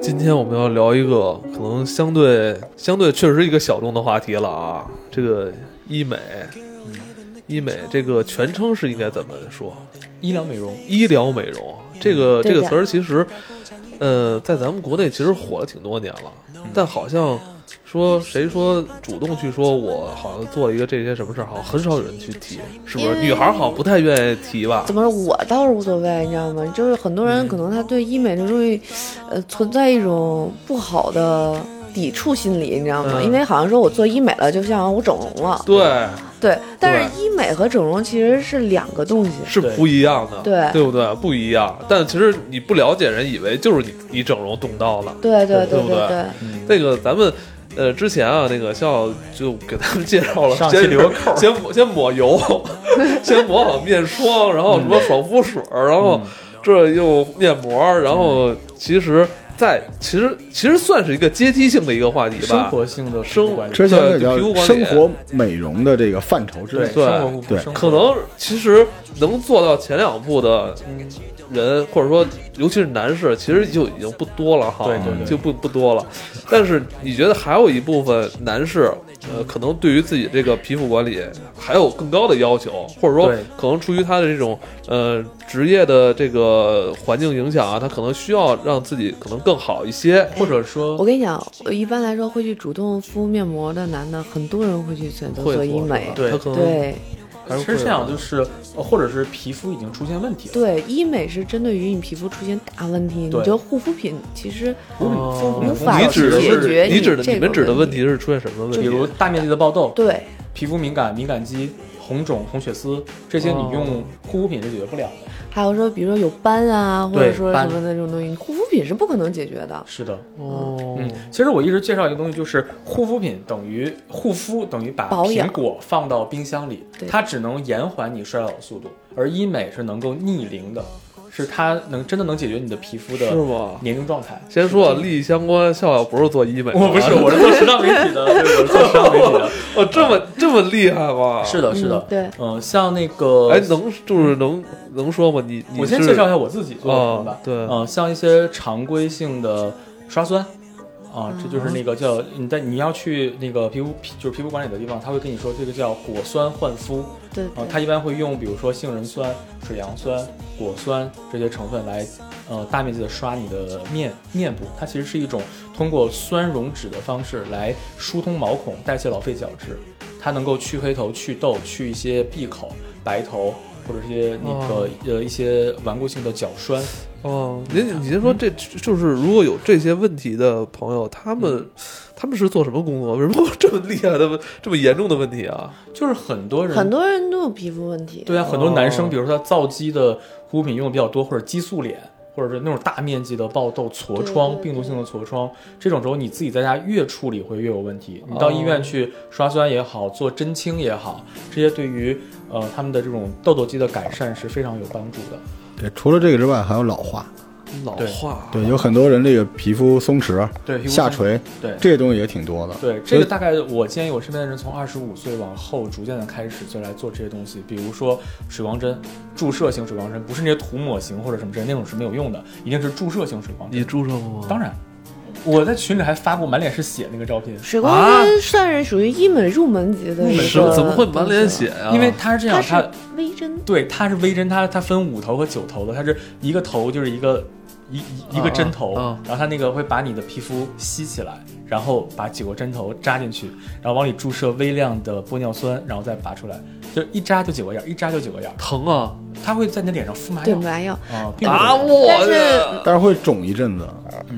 今天我们要聊一个可能相对相对确实一个小众的话题了啊，这个医美，嗯医美这个全称是应该怎么说？医疗美容，医疗美容这个嗯对这的个词儿其实，呃，在咱们国内其实火了挺多年了，嗯但好像说谁说主动去说我好像做一个这些什么事儿，好像很少有人去提，是不是？因为女孩儿好像不太愿意提吧怎？么说？我倒是无所谓，你知道吗？就是很多嗯人可能他对医美这东西，呃，存在一种不好的抵触心理，你知道吗？嗯因为好像说我做医美了，就像我整容了，对，对。但是医美和整容其实是两个东西，是对不一样的，对对不对？不一样。但其实你不了解人，以为就是你你整容动刀了。对对对对不对对。嗯，那个咱们呃之前啊，那个笑就给咱们介绍了，上先期留个扣儿 先抹先抹油， 先抹好面霜，然嗯后什么爽肤水儿，然后这又面膜儿，然后嗯其实在其实其实算是一个阶梯性的一个话题生吧。活性的生管理，这之前这叫对皮肤管理生活美容的这个范畴之内对，生活护肤，对生活可能其实能做到前两步的嗯人，或者说尤其是男士，其实就已经不多了哈，对对对就不不多了。但是你觉得还有一部分男士，呃，可能对于自己这个皮肤管理还有更高的要求，或者说对可能出于他的这种呃职业的这个环境影响啊，他可能需要让自己可能更好一些。或者我说跟你讲，我一般来说会去主动敷面膜的男的，很多人会去选择会做医做嗯美。对，对他可能对还是其会实这样就是，呃或者是皮肤已经出现问题了，对，医美是针对于你皮肤出现大问题，你对觉得护肤品其实哦无法你指的解是决你指的这你们个指的问问题是出现什么问题？比如大面积的爆痘、对皮肤敏感、敏感肌、红肿、红血丝，这些你用护肤品是解决不了的。还有说，比如说有斑啊，或者对说什斑么那种东西，护肤品是不可能解决的。是的，哦，嗯，其实我一直介绍一个东西，就是护肤品等于护肤等于把保苹养果放到冰箱里对，它只能延缓你衰老的速度，而医美是能够逆龄的，是它能真的能解决你的皮肤是的吗？年龄状态。先说啊利益相关，笑笑不是做医美的，啊 我不是，我是做时尚媒体的，对，我是做时尚媒体的。哦，这么这么厉害吗？ 啊是，的，是的，嗯对，嗯，像那个，哎，能就是能能说吗？你你我先是介绍一下我自己做的什么吧哦。对嗯，像一些常规性的刷酸。啊，这就是那个叫你在你要去那个皮肤皮就是皮肤管理的地方，他会跟你说这个叫果酸焕肤对啊对，它一般会用比如说杏仁酸、水杨酸、果酸这些成分来，呃，大面积的刷你的面面部。它其实是一种通过酸溶脂的方式来疏通毛孔、代谢老废角质，它能够去黑头、去痘、去一些闭口、白头或者是一些那个、哦呃一些顽固性的角栓。哦，您你先说这就是如果有这些问题的朋友，他嗯们他们是做什么工作？为什么有这么厉害的问这么严重的问题啊？就是很多人很多人都有皮肤问题。对啊，很多男哦生，比如说他皂基的护肤品用的比较多，或者激素脸，或者是那种大面积的爆痘、痤对疮、对病毒性的痤疮，这种时候你自己在家越处理会越有问题。你到医院去刷酸也好，做针清也好，这些对于呃他们的这种痘痘肌的改善是非常有帮助的。对除了这个之外，还有老化，老对化，对，有很多人这个皮肤松弛、对，皮肤下松垂，对这些东西也挺多的。对，这个大概我建议我身边的人从二十五岁往后逐渐的开始就来做这些东西，比如说水光针，注射型水光针，不是那些涂抹型或者什么针，那种是没有用的，一定是注射型水光针。你注射过吗？当然，我在群里还发过满脸是血那个照片，水光啊针算是属于医美入门级的一个，是怎么会满脸血？啊？因为它是这样，它哎它是微针，对它是微针，它它分五头和九头的，它是一个头就是一个一一一个针头，啊啊然后它那个会把你的皮肤吸起来，然后把几个针头扎进去，然后往里注射微量的玻尿酸，然后再拔出来，就一扎就几个眼儿，一扎就几个眼儿，疼啊它会在你的脸上敷麻对药麻药。啊，并不啊！会我但是的但是会肿一阵子，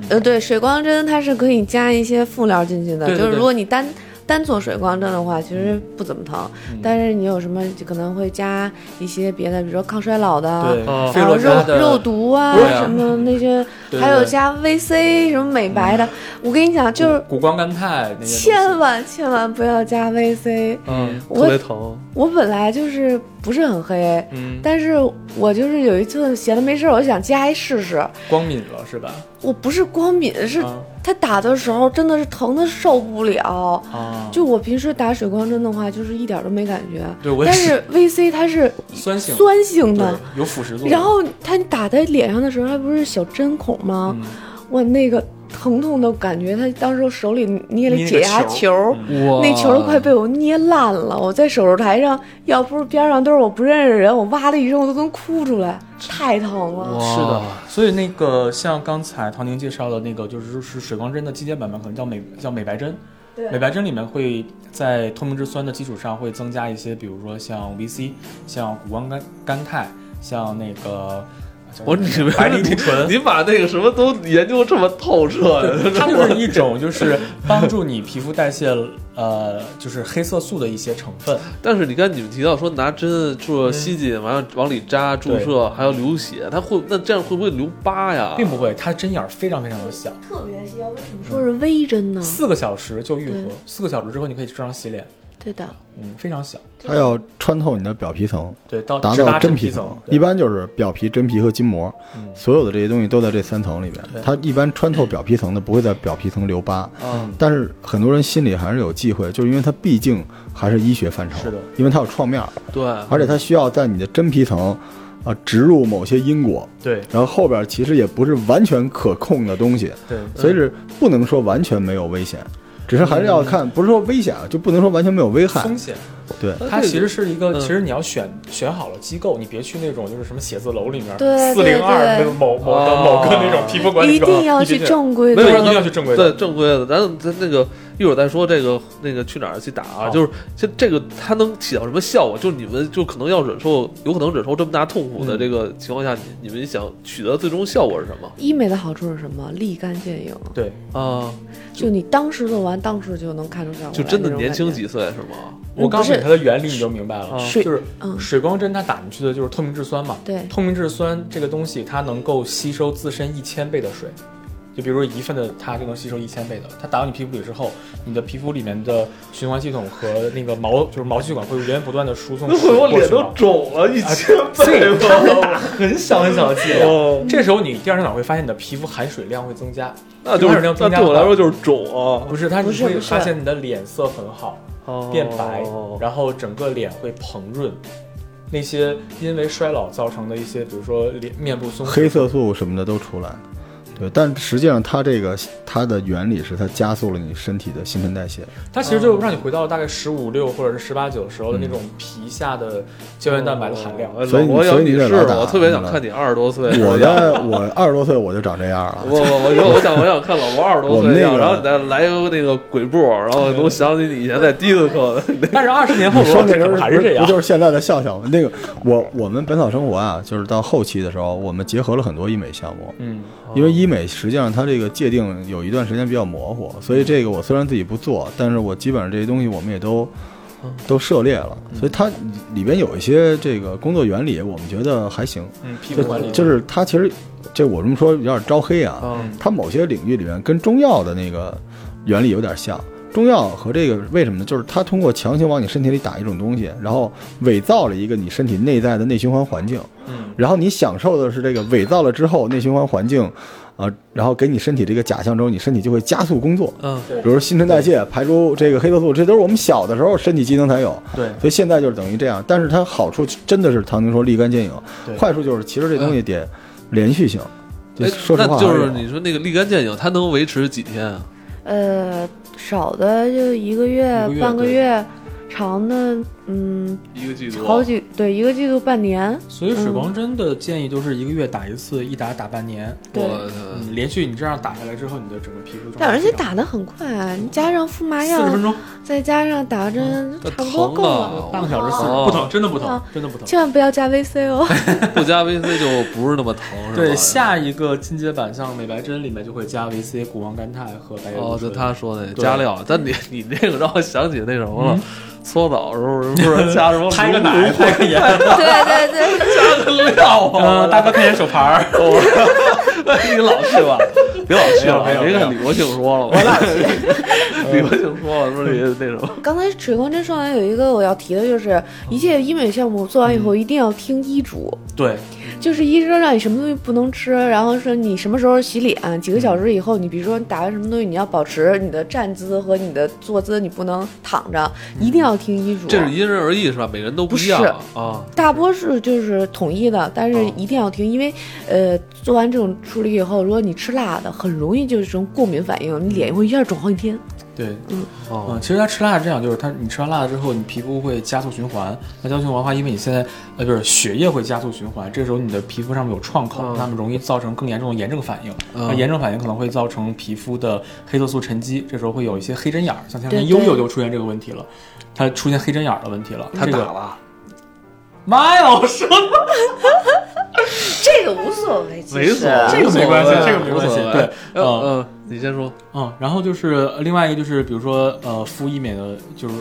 呃，对，水光针它是可以加一些辅料进去的，对对就是对如果你单。单做水光针的话，其实不怎么疼，嗯但是你有什么就可能会加一些别的，比如说抗衰老的啊，对啊菲然后洛嘉肉的肉毒啊对啊什么那些，对对嗯还有对加 VC 什么美白的，我跟你讲，就是谷胱甘肽那些东西，千万千万不要加 VC。嗯特别疼，我本来就是不是很黑，嗯，但是我就是有一次闲的没事儿，我就想加一试试。光敏了是吧？我不是光敏，是啊它打的时候真的是疼的受不了。啊，就我平时打水光针的话，就是一点儿都没感觉，对我也但是 VC 它是嗯酸性酸性的，对有腐蚀作用，然后它打在脸上的时候，它不是小针孔吗？嗯我那个疼痛的感觉，他当时手里捏了捏个解压球球，嗯哇那球都快被我捏烂了。我在手术台上，要不是边上都是我不认识的人，我哇的一声我都能哭出来，太疼了。哇是的，所以那个像刚才唐宁介绍的那个，就是是水光针的肌间板嘛，可能叫美叫美白针。对美白针里面会在透明质酸的基础上，会增加一些，比如说像 VC、像谷胱甘甘肽、像那个叫我什你么们白藜芦醇，你把那个什么都研究这么透彻对 的，它就是一种就是帮助你皮肤代谢呃就是黑色素的一些成分。但是你看你们提到说拿针做嗯吸紧，完了往里扎注射，还要流血，它会那这样会不会留疤呀？并不会，它针眼儿非常非常的小，特别细，为什么说是微针呢？四个小时就愈合嗯对，四个小时之后你可以正常洗脸，对的，嗯，非常小，它要穿透你的表皮层，对，到达直到达真皮层层。，一般就是表皮、真皮和筋膜，嗯所有的这些东西都在这三层里边对。嗯它一般穿透表皮层的，不会在表皮层留疤。啊，但是很多人心里还是有忌讳，就是因为它毕竟还是医学范畴，是的因为它有创面儿，对，而且它需要在你的真皮层，啊植入某些因果，对然后后边其实也不是完全可控的东西，对，所以是不能说完全没有危险，只是还是要嗯看，不是说危险啊，就不能说完全没有危害。风险，对，它其实是一个，嗯其实你要选选好了机构，你别去那种就是什么写字楼里面对四零二对对某某的哦某个那种皮肤管理一机构，定要去你别正规没有对，一让定他的。要去正规对的，正规的，咱咱那个一会儿再说这个那个去哪儿去打啊，好就是这这个它能起到什么效果？就是你们就可能要忍受，有可能忍受这么大痛苦的嗯这个情况下，你你们想取得最终效果是什么医美的好处是什么？立竿见影，对，啊？就你当时做完，当时就能看出效果来。就真的那种年轻感觉几岁是吗？我嗯告诉不你是它的原理你就明白了，啊水就是嗯水光针它打进去的就是透明质酸嘛，对透明质酸这个东西它能够吸收自身一千倍的水，就比如说一份的它就能吸收一千倍的，它打到你皮肤里之后，你的皮肤里面的循环系统和那个毛就是毛细管会源源不断 的输送那水会过哎我去脸都嘛肿了，一千所以倍它会吧。打很小很小的剂量。哦，这时候你第二天早上会发现你的皮肤含水量会增加，那就是流量那增加对我来了说就是肿啊，不是它不你是会不是发现你的脸色很好，哦变白，然后整个脸会膨润。那些因为衰老造成的一些，比如说脸面部松弛黑色素什么的都出来。对，但实际上它这个它的原理是它加速了你身体的新陈代谢。它其实就让你回到大概十五六或者是十八九时候的那种皮下的胶原蛋白的含量。哦所以你我要所以你你得是老打我特别想你了看你二十多岁，我在我二十多岁我就长这样了，我我我我想我想看老罗二十多我们岁的那样，个然后你再来一个那个鬼步，然后能想起你以前在迪斯科的那但是二十年后你说那时可候能还是这样不，就是现在的笑笑吗？那个我我们本草生活啊，就是到后期的时候，我们结合了很多医美项目，嗯，因为医美实际上它这个界定有一段时间比较模糊，所以这个我虽然自己不做，但是我基本上这些东西我们也都嗯都涉猎了，所以它里边有一些这个工作原理，我们觉得还行。嗯，皮就肤管理就是它其实这我这么说有点招黑啊，嗯它某些领域里面跟中药的那个原理有点像。中药和这个为什么呢？就是它通过强行往你身体里打一种东西，然后伪造了一个你身体内在的内循环环境，嗯，然后你享受的是这个伪造了之后内循环环境，啊、然后给你身体这个假象之后，你身体就会加速工作，嗯比如说新陈代谢、排出这个黑色素，这都是我们小的时候身体机能才有。对所以现在就是等于这样，但是它好处真的是唐宁说立竿见影对，坏处就是其实这东西得连续性。就哎说实话啊那还有，就是你说那个立竿见影，它能维持几天啊？呃，少的就一个月、一个月半个对月，长的嗯一个季啊好几对一个季度半年。所以水光针的建议就是一个月打一次，一打打半年。对呃嗯，连续你这样打下来之后，你的整个皮肤状态但而且非常打得很快啊，你加上敷麻四十药分，钟，嗯再加上打针，那差不多够了。疼半啊个小时四十，哦不疼，真的不疼啊，真的不疼。千万不要加 VC 哦。不加 VC 就不是那么疼，是吧？对，下一个进阶版像美白针里面就会加维 C、谷胱甘肽和白藜芦哦，就醇。他说的对加料，但 你你那个让我想起那什么了嗯，搓澡的时候不是加什 么 拍个奶，芦拍个眼，对对对， 加个料啊 嗯，？大哥看一眼手牌儿。哦你老去吧，别老去了，没有没别有看李国庆说了嘛， 李国庆说了说这那什么，刚才水光针说嗯完有一个我要提的，就是一切医美项目做完以后一定要听医嘱。 对，就是医生让你什么东西不能吃，然后说你什么时候洗脸，几个小时以后，你比如说你打完什么东西，你要保持你的站姿和你的坐姿，你不能躺着，一定要听医嘱。这是因人而异是吧？每人都不一样啊。大波是就是统一的，但是哦一定要听，因为呃，做完这种处理以后，如果你吃辣的，很容易就是这种过敏反应，你脸会一下肿好几天。对，哦嗯，其实它吃辣是这样，就是它你吃完辣了之后，你皮肤会加速循环。那加速循环的话，因为你现在呃不是血液会加速循环，这时候你的皮肤上面有创口，嗯那么容易造成更严重的炎症反应。嗯那炎症反应可能会造成皮肤的黑色素沉积，这时候会有一些黑针眼儿，像前两对天悠悠对就出现这个问题了，它出现黑针眼儿的问题了。他这打个了，妈呀，我说这个无所谓，其没实错，哎这这个没关系这个没关系对嗯嗯嗯，你先说，嗯，然后就是呃另外一个就是，比如说呃，敷医美的就是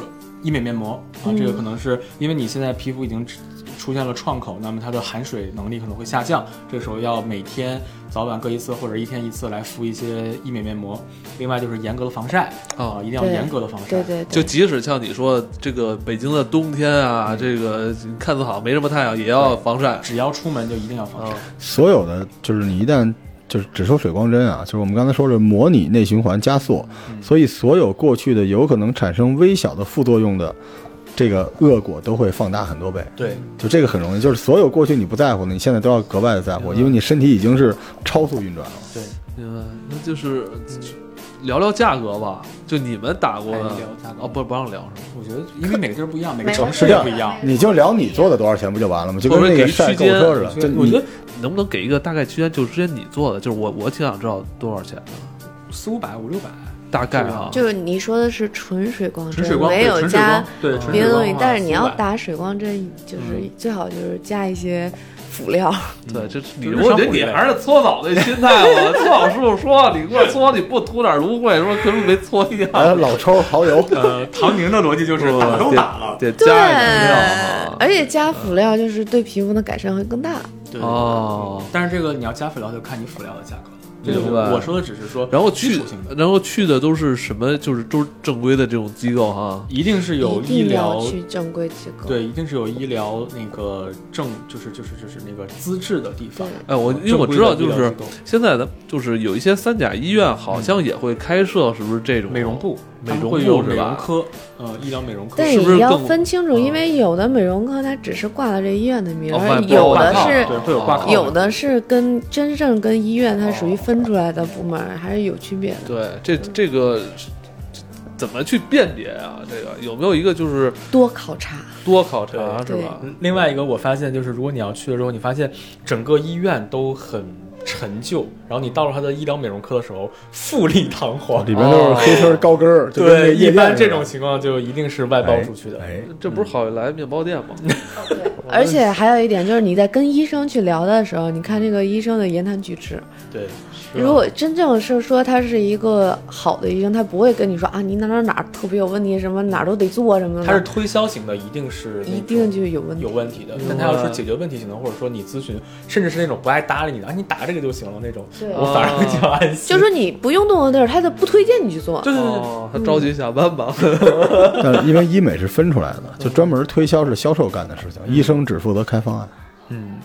医美面膜啊，这个可能是因为你现在皮肤已经出出现了创口，那么它的含水能力可能会下降，这时候要每天早晚各一次或者一天一次来敷一些医美面膜。另外就是严格的防晒啊。啊，一定要对严格的防晒。对对就对，即使像你说这个北京的冬天啊，这个看似好像没什么太阳，也要防晒只要出门就一定要防晒啊。。所有的就是你一旦就是只说水光针啊，就是我们刚才说的模拟内循环加速，嗯所以所有过去的有可能产生微小的副作用的这个恶果都会放大很多倍。对，就这个很容易，就是所有过去你不在乎的，你现在都要格外的在嗯乎，因为你身体已经是超速运转了。明白，那就是聊聊价格吧。就你们打过的哎还聊价格哦，不不让聊是吗？我觉得因为每个地儿不一样，每个没城有市这也样不一样。你就聊你做的多少钱不就完了吗？就跟或者那给个一晒区购间车似的，就我你觉得能不能给一个大概区间，就是之前你做的，就是我我挺想知道多少钱的，四五百、五六百，大概啊。就是你说的是纯水光针，纯水光没对有纯水加光对纯水别的东光西的，话但是你要400打水光针，就是嗯最好就是加一些辅料。嗯对，这是你就是我觉得上火你 一类还是搓澡那心态吧。搓澡师傅说你给我搓，你不涂点芦荟，说跟没搓一样。哎，老抽、蚝 油，呃，唐宁的逻辑就是打都打了，得对，加一点料而且加辅料就是对皮肤的改善会更大。对哈。哦，但是这个你要加辅料，就看你辅料的价格了。这个明白我我说的只是说，然后去基础性的，然后去的都是什么？就是都是正规的这种机构哈。一定是有一医定疗要，去正规机构。对，一定是有医疗那个证，就是就是就是那个资质的地方。哎，我因为我知道，就是现在的就是有一些三甲医院好像也会开设，是不是这种美容？部，美容部他们会有是吧美容科，呃，医疗美容科。但是不是也要更分清楚，嗯因为有的美容科它只是挂了这医院的名哦儿，卖有挂的靠是对，会有挂靠。有的是跟真正跟医院它属于分出来的部门，还是有区别的。哦对，这这个怎么去辨别啊？这个有没有一个就是多考察，多考察是对吧？另外一个，我发现就是，如果你要去了之后，你发现整个医院都很陈旧，然后你到了他的医疗美容科的时候，富丽堂哦皇。哦里边都是黑丝高跟儿，就跟那对，夜一店般似这的种情况就一定是外包出去的。哎，这不是好来面包店吗？ 而且还有一点就是你在跟医生去聊的时候，你看这个医生的言谈举止，对，是吧啊如果真正是说他是一个好的医生，他不会跟你说啊，你哪哪哪儿特别有问题，什么哪儿都得做什么的，它是推销型的，一定是那一定种就有问题有。问题的。但它要是解决问题型的，或者说你咨询，甚至是那种不爱搭理你的，啊，你打这个就行了那种，对我反而会比较安心。就说你不用动的地儿，他就不推荐你去做。对对对对，哦，他着急下班吧？ 但是因为医美是分出来的，就专门推销是销售干的事情，医生只负责开方案。嗯，